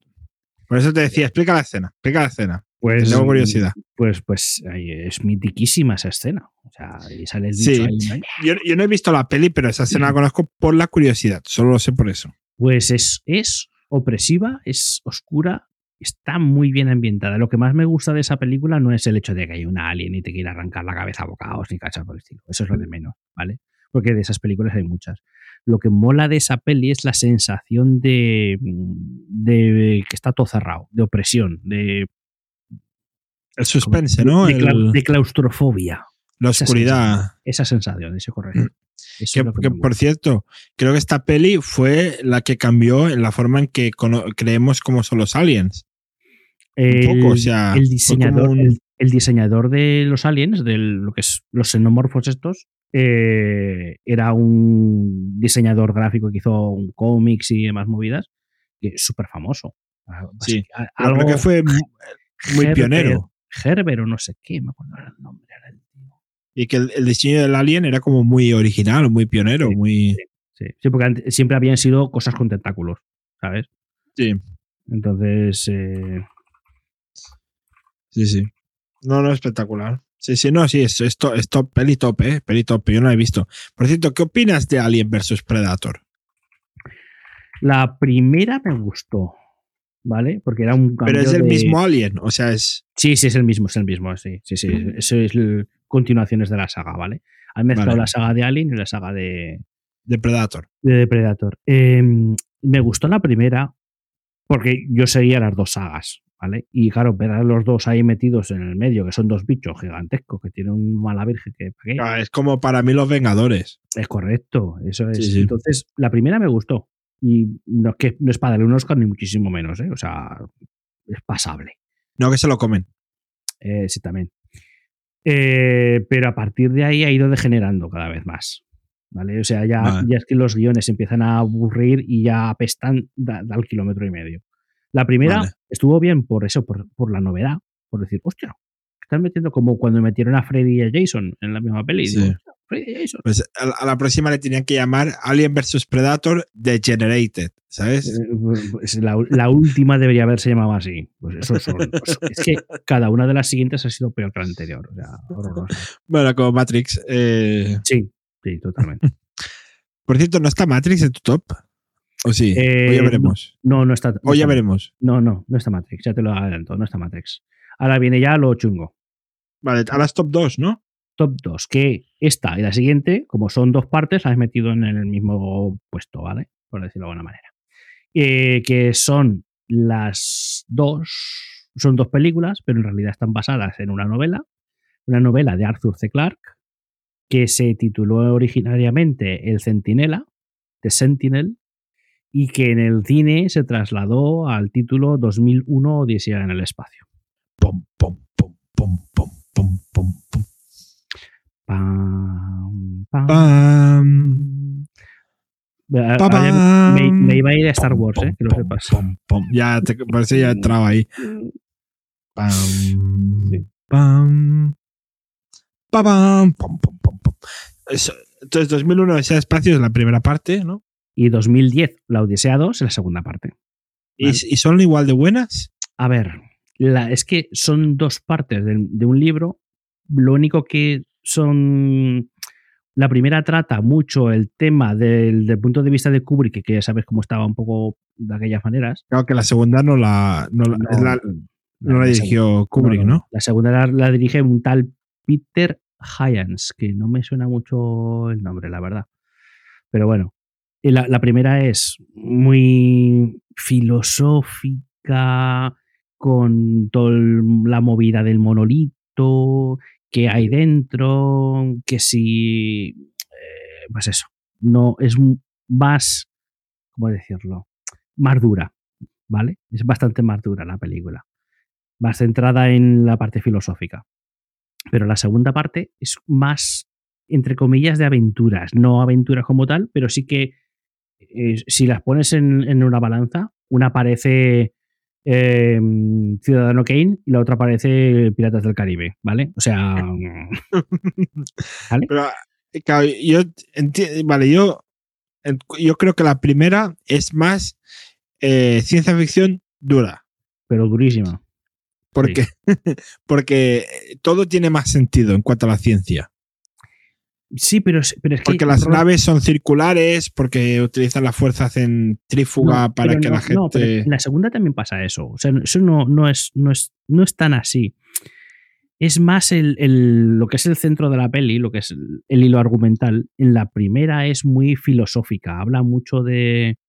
Por eso te decía, explica la escena, explica la escena. Pues, Tengo curiosidad. Pues, pues ahí es mitiquísima esa escena. O sea, y sale el bicho Sí. ahí, ¿no? Yo, yo no he visto la peli, pero esa escena la conozco por la curiosidad, solo lo sé por eso. Pues es, es opresiva, es oscura, está muy bien ambientada. Lo que más me gusta de esa película no es el hecho de que hay una alien y te quiera arrancar la cabeza a bocados ni cachar por el estilo. Eso es lo de menos, ¿vale? Porque de esas películas hay muchas. Lo que mola de esa peli es la sensación de, mm, de que está todo cerrado, de opresión, de, El suspense, ¿no? de cla- El- de claustrofobia. la esa oscuridad. sensación, Esa sensación, eso correcto. Mm. Eso Que, es lo que que, me por cierto, creo que esta peli fue la que cambió en la forma en que cono- creemos cómo son los aliens. El, poco, o sea, el fue diseñador, como un- el, el diseñador de los aliens, de lo que es los xenomorfos estos, eh, era un diseñador gráfico que hizo un cómics y demás movidas, que es súper famoso. Ah, Sí, así- a- Pero Creo que fue mu- muy Herber- pionero. Herber o no sé qué, me acuerdo ahora el nombre. ahora el- Y que el, el diseño del alien era como muy original, muy pionero, Sí. muy... Sí, sí, porque antes- siempre habían sido cosas con tentáculos, ¿sabes? Sí. Entonces, eh, Sí, sí. No, no, espectacular. Sí, sí, no, sí, es, es, to- es top, peli top, eh, peli top, yo no la he visto. Por cierto, ¿qué opinas de Alien versus Predator? la primera me gustó, ¿vale? Porque era un Pero es el cambio de- mismo Alien, o sea, es... Sí, sí, es el mismo, es el mismo, sí, sí, sí. Eso es el- continuaciones de la saga, ¿vale? Han mezclado Vale. la saga de Alien y la saga de, De Predator. de Predator. Eh, me gustó la primera porque yo seguía las dos sagas, ¿vale? Y claro, ver a los dos ahí metidos en el medio, que son dos bichos gigantescos, que tienen un mala virgen que... ¿para qué? Ah, Es como para mí los Vengadores. Es correcto, eso es. Sí, sí. Entonces, la primera me gustó. Y no es, que, no es para darle un Oscar ni muchísimo menos, ¿eh? O sea, es pasable. No, que se lo comen. Eh, sí, también. Eh, pero a partir de ahí ha ido degenerando cada vez más. ¿Vale? O sea, ya, Vale. ya es que los guiones empiezan a aburrir y ya apestan da- da al kilómetro y medio. La primera Vale. estuvo bien por eso, por, por la novedad, por decir, hostia, están metiendo como cuando metieron a Freddy y a Jason en la misma peli. Sí. Digo, "Hostia, Freddy y Jason. Pues a la, a la próxima le tenían que llamar Alien versus Predator The Generated. ¿sabes? Pues La, la última debería haberse llamado así. Pues eso son- es que cada una de las siguientes ha sido peor que la anterior. O sea, horrorosa. Bueno, como Matrix. eh, Sí, sí, totalmente. por cierto, ¿no está Matrix en tu top? ¿O sí? o Eh, ya veremos. No, no está. no O ya está- veremos. No, no, no está Matrix. Ya te lo adelanto, no está Matrix. Ahora viene ya lo chungo. Vale, a las top 2, ¿no? Top 2, que esta y la siguiente, como son dos partes, las has metido en el mismo puesto, ¿vale? Por decirlo de alguna manera. Eh, que son las dos, son dos películas, pero en realidad están basadas en una novela, una novela de Arthur C. Clarke, que se tituló originariamente El Centinela, The Sentinel, y que en el cine se trasladó al título 2001 Odisea en el espacio. Pom, pom, pom, pom, pom, pom, pom, pom. Pam, pam. Pam, Ah, pa, ahora pam. me, me iba a ir a Star Wars, Pom, eh, que lo pom, sepas. pom, pom. Ya te parece ya he entrado ahí. Pam, pam, pa, pam, pom, pom, pom, pom. Eso. Entonces, 2001 ese espacio es la primera parte, ¿no? Y 2010, la Odisea 2, en la segunda parte. ¿Y, Vale. y son igual de buenas? A ver, la- es que son dos partes del- de, un libro. Lo único que son. La primera trata mucho el tema del, del punto de vista de Kubrick, que ya sabes cómo estaba un poco de aquellas maneras. Claro que la segunda no la, no la- No, la- no la la dirigió Kubrick, No, no, ¿no? La segunda la, la dirige un tal Peter Hyans, que no me suena mucho el nombre, la verdad. Pero bueno, y la, la primera es muy filosófica, con toda la movida del monolito, que hay dentro, que si... eh, pues eso, no es m- más, ¿cómo decirlo? Más dura, ¿vale? Es bastante más dura la película más centrada en la parte filosófica. Pero la segunda parte es más, entre comillas, de aventuras. No aventuras como tal, pero sí que eh, si las pones en, en una balanza, una parece eh, Ciudadano Kane y la otra parece Piratas del Caribe, ¿vale? *laughs* O sea, Pero, eh, claro, yo enti- vale, yo, en- yo creo que la primera es más eh, ciencia ficción dura. pero durísima. Porque, *laughs* porque eh, todo tiene más sentido en cuanto a la ciencia. Sí, pero, es- pero es que... Porque las Ro- naves son circulares, porque utilizan la fuerza centrífuga No, para pero que no, la no, pero gente. en la segunda también pasa eso. O sea, eso no, no, es, no, es, no es tan así. Es más el, el- lo que es el centro de la peli, lo que es el, el hilo argumental. En la primera es muy filosófica, habla mucho de.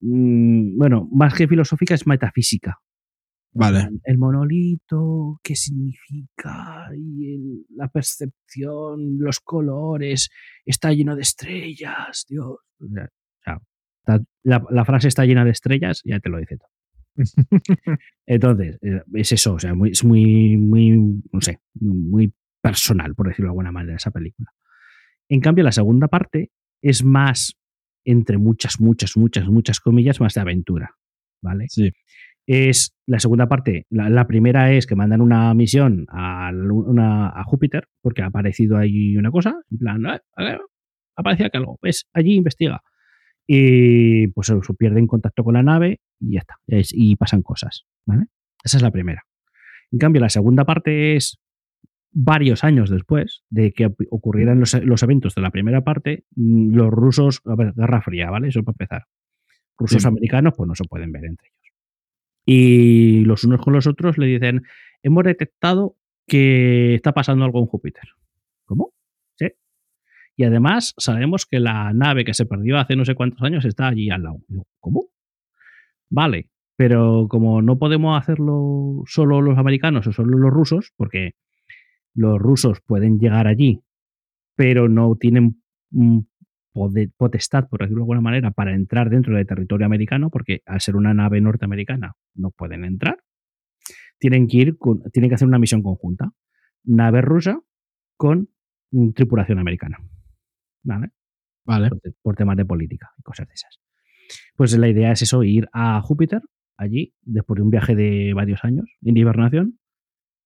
mm, Bueno, más que filosófica es metafísica. Vale. El monolito, qué significa, y el- la percepción, los colores, está lleno de estrellas, Dios. O sea, está- la, la frase está llena de estrellas, ya te lo dice todo. *laughs* Entonces, eh, es eso, o sea, muy- es muy, muy, no sé, muy personal, por decirlo de alguna manera, esa película. En cambio, la segunda parte es más, entre muchas, muchas, muchas, muchas comillas, más de aventura, ¿vale? Sí. es la segunda parte. La, la primera es que mandan una misión a, la lu- una- a Júpiter, porque ha aparecido ahí una cosa, en plan, "Ah, a ver, aparece aquí algo, ves, allí investiga. Y pues eso, pierden contacto con la nave y ya está, es- y pasan cosas. ¿vale? Esa es la primera. En cambio, la segunda parte es varios años después de que op- ocurrieran los, e, los eventos de la primera parte, mm, los rusos, a ver, Guerra Fría, ¿vale? Eso para empezar. Rusos Sí. americanos, pues no se pueden ver entre ellos. Y los unos con los otros le dicen, hemos detectado que está pasando algo en Júpiter. ¿Cómo? Sí. Y además sabemos que la nave que se perdió hace no sé cuántos años está allí al lado. Digo, ¿Cómo? Vale, pero como no podemos hacerlo solo los americanos o solo los rusos, porque los rusos pueden llegar allí, pero no tienen mm, pode- potestad, por decirlo de alguna manera, para entrar dentro del territorio americano, porque al ser una nave norteamericana no pueden entrar. Tienen que ir, con- tienen que hacer una misión conjunta, nave rusa con mm, tripulación americana, ¿vale? Vale. Por, te- por temas de política y cosas de esas. Pues la idea es eso, ir a Júpiter allí después de un viaje de varios años en hibernación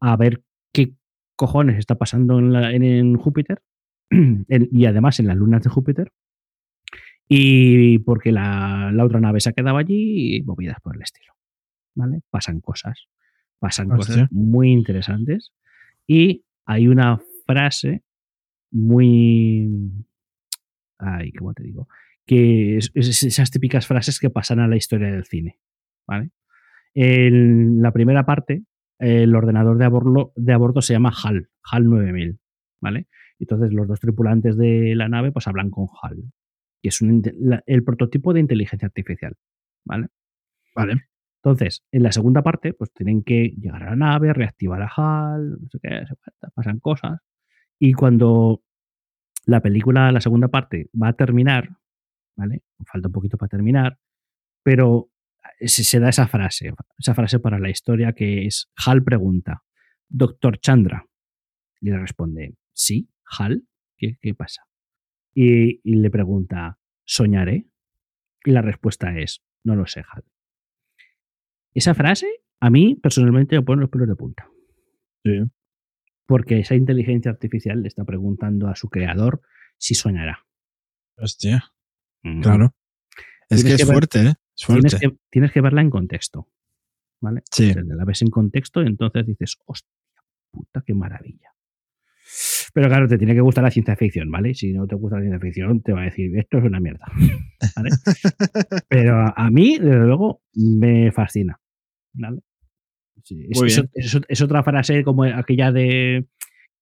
a ver qué cojones está *clears throat* pasando en, la- en- en Júpiter en- y además en las lunas de Júpiter Y porque la, la otra nave se ha quedado allí y movidas por el estilo. ¿Vale? Pasan cosas. Pasan Hostia. cosas muy interesantes. Y hay una frase muy. Ay, ¿cómo te digo? Que es, es- es esas típicas frases que pasan a la historia del cine. ¿Vale? En la primera parte, el ordenador de abordo, de a bordo se llama HAL, HAL 9000, ¿vale? Entonces los dos tripulantes de la nave pues hablan con HAL, que es un inte- la- el prototipo de inteligencia artificial, ¿vale? Vale. Entonces, en la segunda parte, pues tienen que llegar a la nave, reactivar a HAL, no sé qué, no sé cuántas, pasan cosas. Y cuando la película, la segunda parte, va a terminar, ¿vale? Falta un poquito para terminar, pero se, se da esa frase, esa frase para la historia que es Hal pregunta, Doctor Chandra. Y le responde, sí, Hal, ¿qué, qué pasa? Y, y le pregunta, ¿soñaré? Y la respuesta es, no lo sé, Hal. Esa frase a mí personalmente me pone los pelos de punta. Sí. Porque esa inteligencia artificial le está preguntando a su creador si soñará. Hostia, claro. Es Tienes que es que ver- fuerte, ¿eh? Es Tienes fuerte. que, tienes que verla en contexto. ¿Vale? Sí. O sea, la ves en contexto y entonces dices, hostia puta, qué maravilla. Pero claro, te tiene que gustar la ciencia ficción, ¿vale? Si no te gusta la ciencia ficción, te va a decir, esto es una mierda. *laughs* ¿Vale? Pero a, a mí, desde luego, me fascina. ¿Vale? Sí, es, Muy es- bien. es- es otra frase como aquella de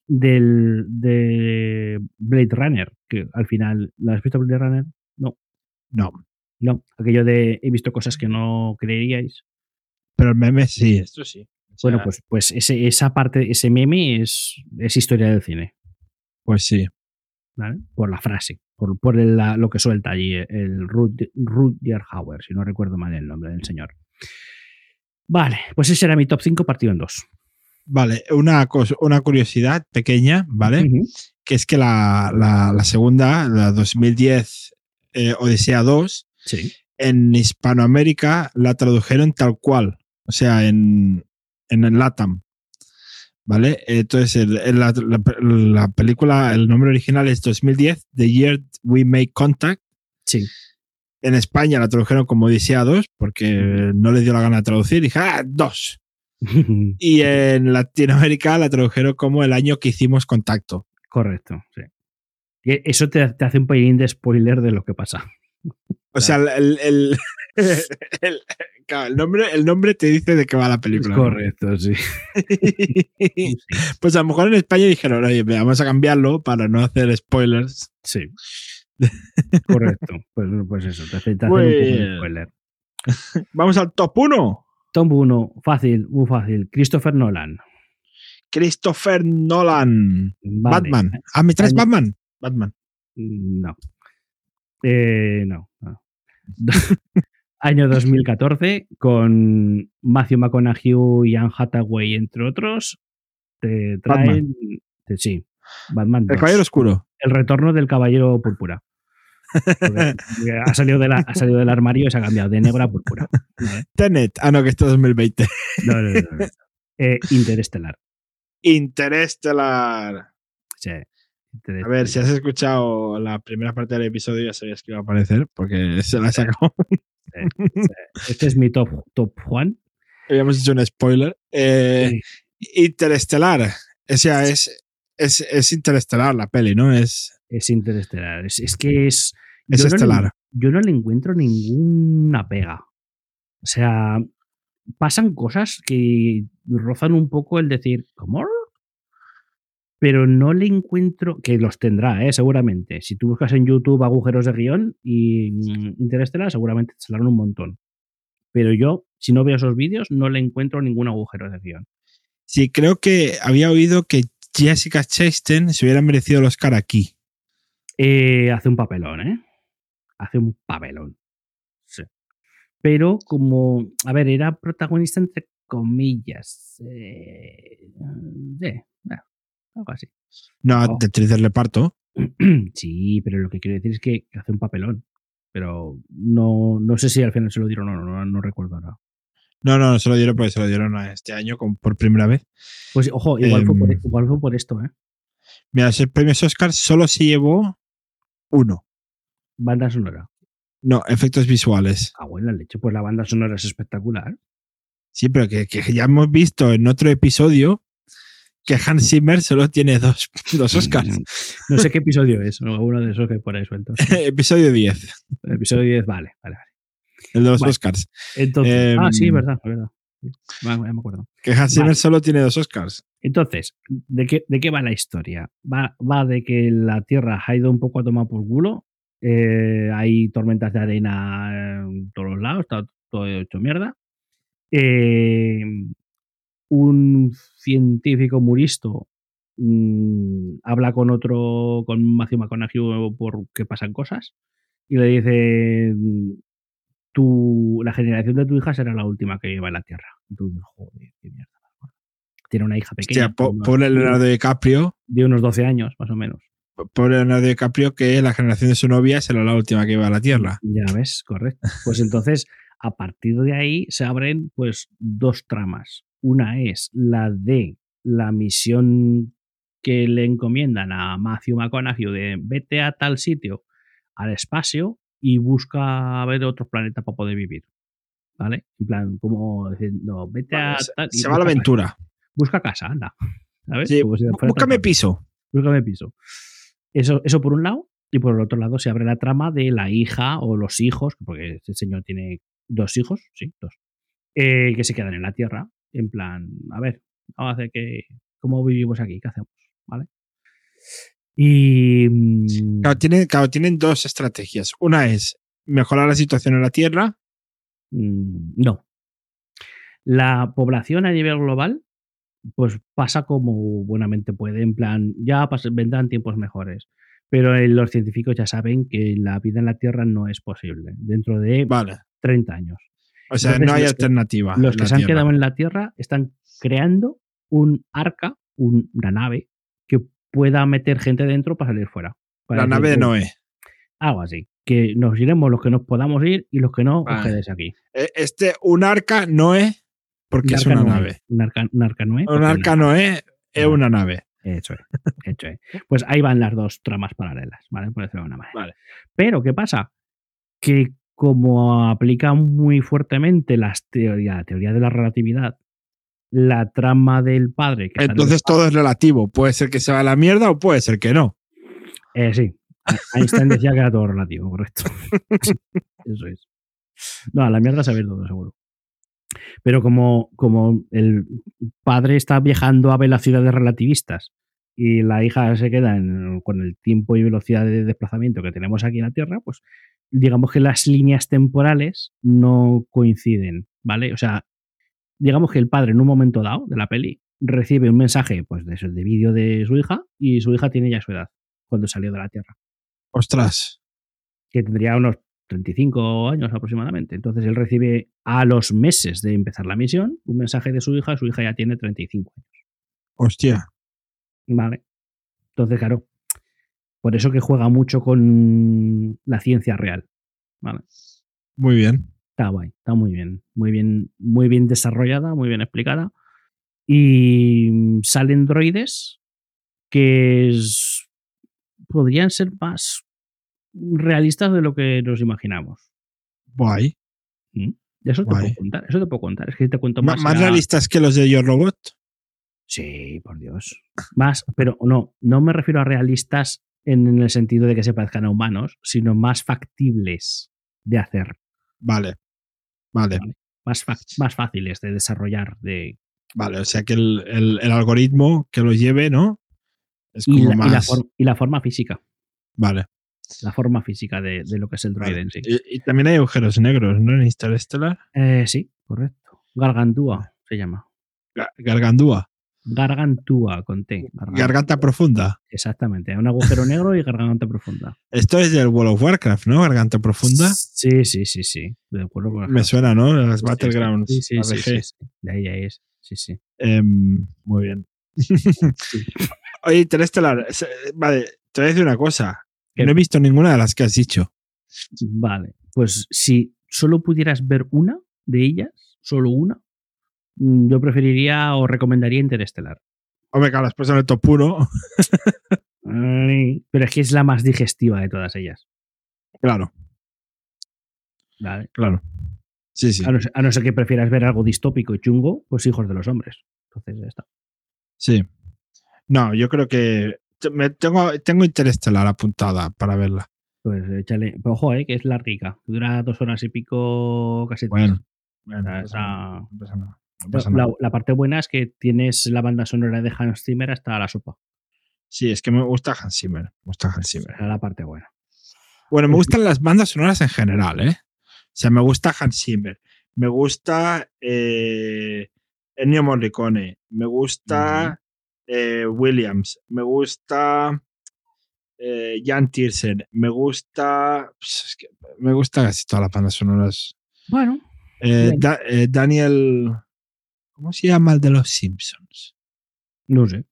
del de Blade Runner, que al final, ¿la has visto Blade Runner? No, No, aquello de he visto cosas que no creeríais. pero el meme sí. Esto sí. O sea, Bueno, pues, pues ese- esa parte, ese meme es, es historia del cine, Pues sí. ¿vale? Por la frase, por, por el- la- lo que suelta allí eh, el Rut- Rutger Hauer, si no recuerdo mal el nombre del señor. Vale, pues ese era mi top 5 partido en dos. Vale, una, cosa, una curiosidad pequeña, ¿vale? Ujú. Que es que la, la- la segunda, la 2010 eh, Odisea 2, Sí. en Hispanoamérica la tradujeron tal cual, o sea, en, en, el LATAM. ¿Vale? Entonces, el- el- la, la- la película, el nombre original es 2010, The Year We Make Contact. Sí. *laughs* En España la tradujeron como Odisea 2 porque no les dio la gana de traducir. Dije, ah, 2. Y en Latinoamérica la tradujeron como el año que hicimos contacto. Correcto. sí. Y Eso te, te hace un pelín de spoiler de lo que pasa. O sea, el, el, *laughs* el- el- claro, el nombre, el nombre te dice de qué va la película. Correcto, sí. Sí, Pues a lo mejor en España dijeron, oye, vamos a cambiarlo para no hacer spoilers. Sí. Correcto. Pues, pues eso, te hace, te hace Muy un poco de bien. spoiler. Vamos al top 1. Top 1, fácil, muy fácil. Christopher Nolan. Christopher Nolan. Vale. Batman. Ah, ¿me traes Año- Batman? Batman. No. Eh, no. no. *laughs* Año 2014, con Matthew McConaughey y Anne Hathaway, entre otros, te traen. te- sí, Batman. El 2. Caballero Oscuro. El retorno del Caballero Púrpura. Porque- porque ha, salido de la- ha salido del armario y se ha cambiado de negro a púrpura. ¿vale? Tenet. Ah, no, que esto es *laughs* 2020. No, no, no, no, no. Eh, Interestelar. Interestelar. Sí, A ver, si has escuchado la primera parte del episodio, ya sabías que iba a aparecer, porque se la sacado. Este es mi top, top Juan. Habíamos hecho un spoiler. Eh, Interestelar. O sea, es, es, es interestelar la peli, ¿no? Es, Es interestelar. Es, es que es. es yo no le- estelar. yo no le encuentro ninguna pega. O sea, pasan cosas que rozan un poco el decir, ¿cómo? Pero no le encuentro. Que los tendrá, ¿eh? seguramente. Si tú buscas en YouTube agujeros de guión y mm, Interestelar, seguramente te saldrán un montón. Pero yo, si no veo esos vídeos, no le encuentro ningún agujero de guión. Sí, creo que había oído que Jessica Chastain se hubiera merecido el Oscar aquí. Eh, hace un papelón, ¿eh? Hace un papelón. Sí. Pero como, a ver, era protagonista entre comillas. eh, sí, bueno, algo así. *clears throat* No, Oh. de actriz de reparto. Sí, pero lo que quiero decir es que hace un papelón. Pero no, no sé si al final se lo dieron o no, no, no recuerdo ahora. No, no, se lo dieron porque se lo dieron a este año con- por primera vez. Pues ojo, igual, fue, Em. por, igual fue por esto, ¿eh? Mira, esos premios Oscar solo se llevó uno. Banda sonora. No, efectos visuales. Ah, bueno, la leche, pues la banda sonora es espectacular. Sí, pero que, que ya hemos visto en otro episodio que Hans Zimmer solo tiene dos, *laughs* dos Oscars. Mm, No sé qué episodio es, o uno de esos que hay por ahí sueltos. episodio 10, Episodio 10, vale, vale, vale. el de los Vale. Oscars. Entonces, Em, ah, sí, verdad, verdad. Sí, ya me acuerdo. Que Hans Zimmer Vale. solo tiene dos Oscars. Entonces, ¿de qué, de qué va la historia? Va, va de que la Tierra ha ido un poco a tomar por culo. eh, hay tormentas de arena en todos los lados, está todo hecho mierda. Eh, un científico muristo mm, habla con otro, con Matthew McConaughey, porque pasan cosas, y le dice: "Tu- La generación de tu hija será la última que lleva en la Tierra. Y tú dices, "Joder, qué mierda". Tiene una hija pequeña. Hostia, po- de unos- pobre Leonardo DiCaprio, de unos 12 años, más o menos. pobre Leonardo DiCaprio que la generación de su novia será la última que iba a la Tierra. Ya ves, correcto. Pues entonces, a partir de ahí se abren pues dos tramas. Una es la de la misión que le encomiendan a Matthew McConaughey de vete a tal sitio, al espacio, y busca a ver otros planetas para poder vivir. ¿Vale? En plan, como diciendo, vete a Vale, se- tal. y se va a la busca- aventura. Busca casa, anda. ¿Sabes? Sí, Como si Bú- fuera Búscame tan- piso. Búscame piso. Eso, eso por un lado, y por el otro lado se abre la trama de la hija o los hijos, porque este señor tiene dos hijos, sí, dos, eh, que se quedan en la tierra, en plan, a ver, vamos a hacer que, ¿cómo vivimos aquí? ¿Qué hacemos? ¿Vale? Y... mm, Claro, tienen, claro, tienen dos estrategias. Una es mejorar la situación en la Tierra. Mm, No. La población a nivel global, pues pasa como buenamente puede, en plan, ya pas- vendrán tiempos mejores. Pero eh, los científicos ya saben que la vida en la Tierra no es posible dentro de Vale. 30 años. O sea, Entonces, no hay los que- alternativa. Los en que la se han Tierra. quedado en la Tierra están creando un arca, un- una nave, que pueda meter gente dentro para salir fuera. La Para decir, nave de "Uy, Noé. Algo así. Que nos iremos los que nos podamos ir y los que no, os Vale. quedéis aquí. Eh, Este, un arca Noé, porque Un es arca una Noé, nave. Un arca, un arca Noé, porque Ah. Un una- arca Noé es una nave. Eso *laughs* es, eso es. Pues ahí van las dos tramas paralelas, ¿vale? Por decirlo de alguna manera. Vale. Pero, ¿qué pasa? Que como aplica muy fuertemente las teorías, la teoría de la relatividad, la trama del padre. Que está en el Entonces todo es relativo. Puede ser que se va a la mierda o puede ser que no. Eh, sí. Einstein decía que era todo relativo, correcto. Eso es. No, a la mierda saber todo, seguro. Pero como, como el padre está viajando a velocidades relativistas y la hija se queda en- con el tiempo y velocidad de desplazamiento que tenemos aquí en la Tierra, pues digamos que las líneas temporales no coinciden, ¿vale? O sea, digamos que el padre en un momento dado de la peli recibe un mensaje pues, de, de vídeo de su hija y su hija tiene ya su edad cuando salió de la Tierra, Ostras. que tendría unos 35 años aproximadamente. Entonces él recibe a los meses de empezar la misión un mensaje de su hija, su hija ya tiene 35 años. Hostia. Vale. Entonces, claro, por eso que juega mucho con la ciencia real. Vale. Muy bien. Está guay, está muy bien, muy bien, muy bien desarrollada, muy bien explicada. Y mm, salen droides que es- podrían ser más realistas de lo que nos imaginamos. Guay. Eso te Guay. puedo contar, eso te puedo contar. Es que te cuento Ma- más. Más ya- realistas que los de Yo Robot. Sí, *laughs* por Dios. Más, pero no, no me refiero a realistas en, en el sentido de que se parezcan a humanos, sino más factibles de hacer, Vale. Vale. más, fac- más fáciles de desarrollar, de Vale. O sea que el, el- el algoritmo que los lleve, ¿no? Es y como la, y la más. for- y la forma física. Vale. la forma física de, de lo que es el droide vale. en sí. Y, y también hay agujeros negros, ¿no? En Interstellar. Eh, sí, correcto. Gargantúa se llama. Ga- Gargandúa. Gargantúa con T. Gargan- Garganta profunda. Exactamente. Un agujero negro y garganta profunda. Esto es del World of Warcraft, ¿no? Garganta profunda. Sí, sí, sí, sí. De acuerdo con Me suena, ¿no? Las Sí, sí, Battlegrounds. Sí, sí, sí, ABG. sí, sí. De ahí, ahí es. Sí, sí. Em, muy bien. *laughs* Oye, Interestelar, es- eh, vale, te voy a decir una cosa. ¿Qué? No he visto ninguna de las que has dicho. Em, Vale. Pues si solo pudieras ver una de ellas, solo una, mm, yo preferiría o recomendaría Interestelar. Hombre, claro, las puesto en el top *laughs* 1. Ay, Pero es que es la más digestiva de todas ellas. Claro. Vale. Claro. Sí, sí. A, no ser, a no ser que prefieras ver algo distópico y chungo, pues hijos de los hombres. Entonces ya está. Sí. No, yo creo que te- me tengo, tengo Interestelar apuntada para verla. Pues échale. Pero, ojo, eh, que es larga. Dura dos horas y pico, casi tres. Bueno. bueno, O sea, no pasa nada, esa- no pasa nada, no La- pasa Ah. la, nada. la parte buena es que tienes la banda sonora de Hans Zimmer hasta la sopa. Sí, es que me gusta Hans Zimmer. Me gusta Hans Zimmer. Era la parte buena. Bueno, me gustan las bandas sonoras en general, ¿eh? O sea, me gusta Hans Zimmer, me gusta eh, Ennio Morricone, me gusta eh, Williams, me gusta eh, Jan Tiersen, me gusta. pues, es que me gusta casi todas las bandas sonoras. Bueno, Eh, Bien. Da- eh, Daniel. ¿Cómo se llama el de los Simpsons? no sé.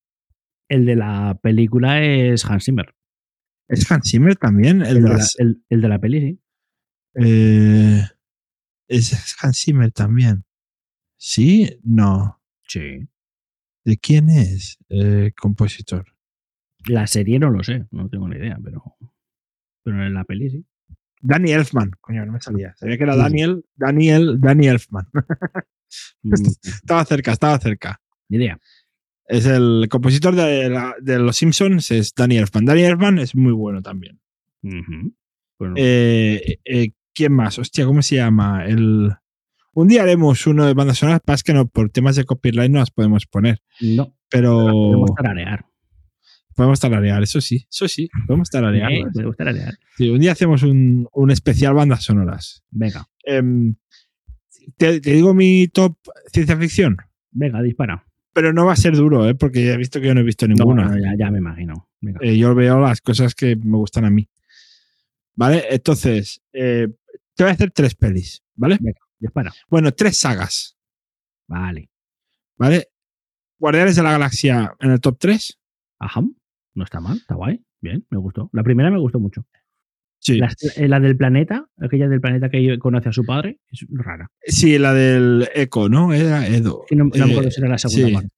El de la película es Hans Zimmer. ¿Es Hans Zimmer también? El, El de de la, las- el- el de la peli, sí. eh, ¿Es Hans Zimmer también? ¿Sí? No. Sí. ¿De quién es el compositor? La serie no lo sé, no tengo ni idea, pero. Pero en la peli *laughs* sí. Danny Elfman. Coño, no me salía. Sabía que era Sí, sí. Daniel, Daniel, Danny Elfman. *laughs* Mm, Estaba cerca, estaba cerca. Ni idea. Es el compositor de, la- de Los Simpsons, es Danny Elfman. Danny Elfman es muy bueno también. Ujú. Bueno, Eh, eh, ¿Quién más? Hostia, ¿cómo se llama? El... Un día haremos uno de bandas sonoras, pasa que no, por temas de copyright no las podemos poner, no, pero podemos tararear. podemos tararear, eso sí, eso sí, podemos tararear. ¿eh? Podemos tararear. Sí, un día hacemos un, un especial bandas sonoras. Venga, Em, te, te digo mi top ciencia ficción, venga, dispara. pero no va a ser duro, ¿eh? porque ya he visto que yo no he visto ninguna. No, no, ya, ya me imagino. Venga. Eh, yo veo las cosas que me gustan a mí. ¿Vale? Entonces, eh, te voy a hacer tres pelis, ¿vale? Dispara. Bueno, tres sagas, Vale. ¿vale? Guardianes de la Galaxia en el top 3. Ajá. No está mal, está guay. Bien, me gustó. La primera me gustó mucho. Sí. La, la del planeta, aquella del planeta que conoce a su padre, es rara. sí, la del Eco, ¿no? Era Edo. Que no, no Eh, me acuerdo si era la segunda sí. parte.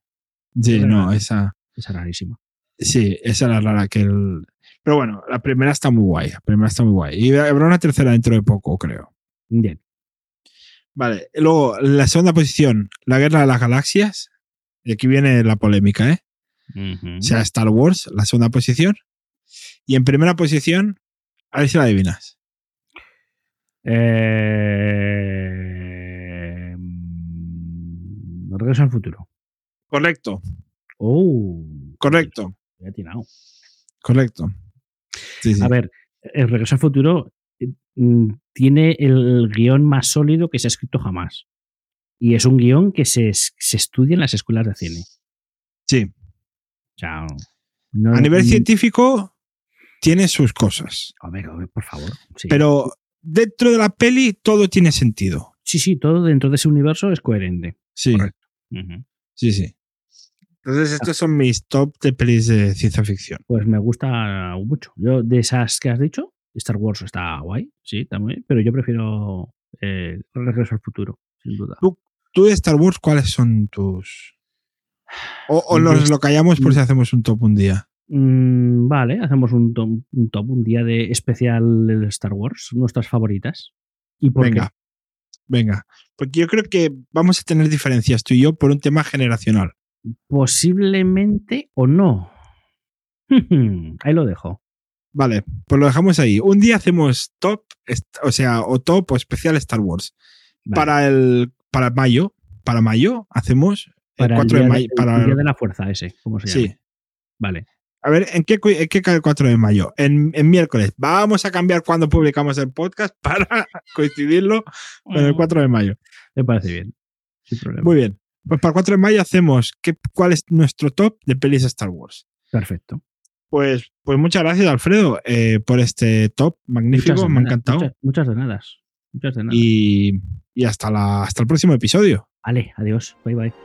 sí, era- no, esa. Esa rarísima. Sí, esa era rara que el... Pero bueno, la primera está muy guay. La primera está muy guay. Y habrá una tercera dentro de poco, creo. Bien. Vale, luego, la segunda posición, la guerra de las galaxias. Y aquí viene la polémica, ¿eh? O sea, Star Wars, la segunda posición. Y en primera posición, a ver si la adivinas. Eh, mm, Regreso al futuro. Correcto, Oh, correcto, he atinado. correcto. Sí, sí. A ver, el Regreso al futuro eh, mm, tiene el guión más sólido que se ha escrito jamás. Y es un guión que se, es- se estudia en las escuelas de cine. sí. O sea, no- A nivel mm, científico, tiene sus cosas. hombre, hombre, por favor. sí. Pero dentro de la peli, todo tiene sentido. Sí, sí, todo dentro de ese universo es coherente. Sí. Correcto. Sí, sí. Entonces, Ah. estos son mis top de pelis de ciencia ficción. Pues me gusta mucho. Yo, de esas que has dicho, Star Wars está guay, sí, también, pero yo prefiero eh, Regreso al Futuro, sin duda. ¿Tú de Star Wars cuáles son tus.? O, o Pues nos lo callamos por si hacemos un top un día. Mm, vale, hacemos un to- un top, un día de especial de Star Wars, nuestras favoritas. ¿Y por Venga. Venga. Porque yo creo que vamos a tener diferencias tú y yo por un tema generacional. qué? Posiblemente o no. *laughs* Ahí lo dejo. Vale, pues lo dejamos ahí. Un día hacemos top, est- o sea, o top o especial Star Wars. Vale. Para el. Para mayo. Para mayo hacemos. El Para el 4 de día mayo. el para- Día de la Fuerza ese, ¿cómo se llama? sí. Vale. A ver, ¿en qué, cu- en qué cae el 4 de mayo? En, en miércoles. Vamos a cambiar cuando publicamos el podcast *laughs* para coincidirlo con el 4 de mayo. Me parece bien. Sin problema. Muy bien. Pues para el 4 de mayo hacemos qué, cuál es nuestro top de pelis Star Wars. Perfecto. Pues, pues muchas gracias, Alfredo, eh, por este top Muchas magnífico. de Me ha nada, encantado. Muchas, muchas de nada. Muchas de nada. Y, y hasta, la, hasta el próximo episodio. Vale, adiós. Bye bye.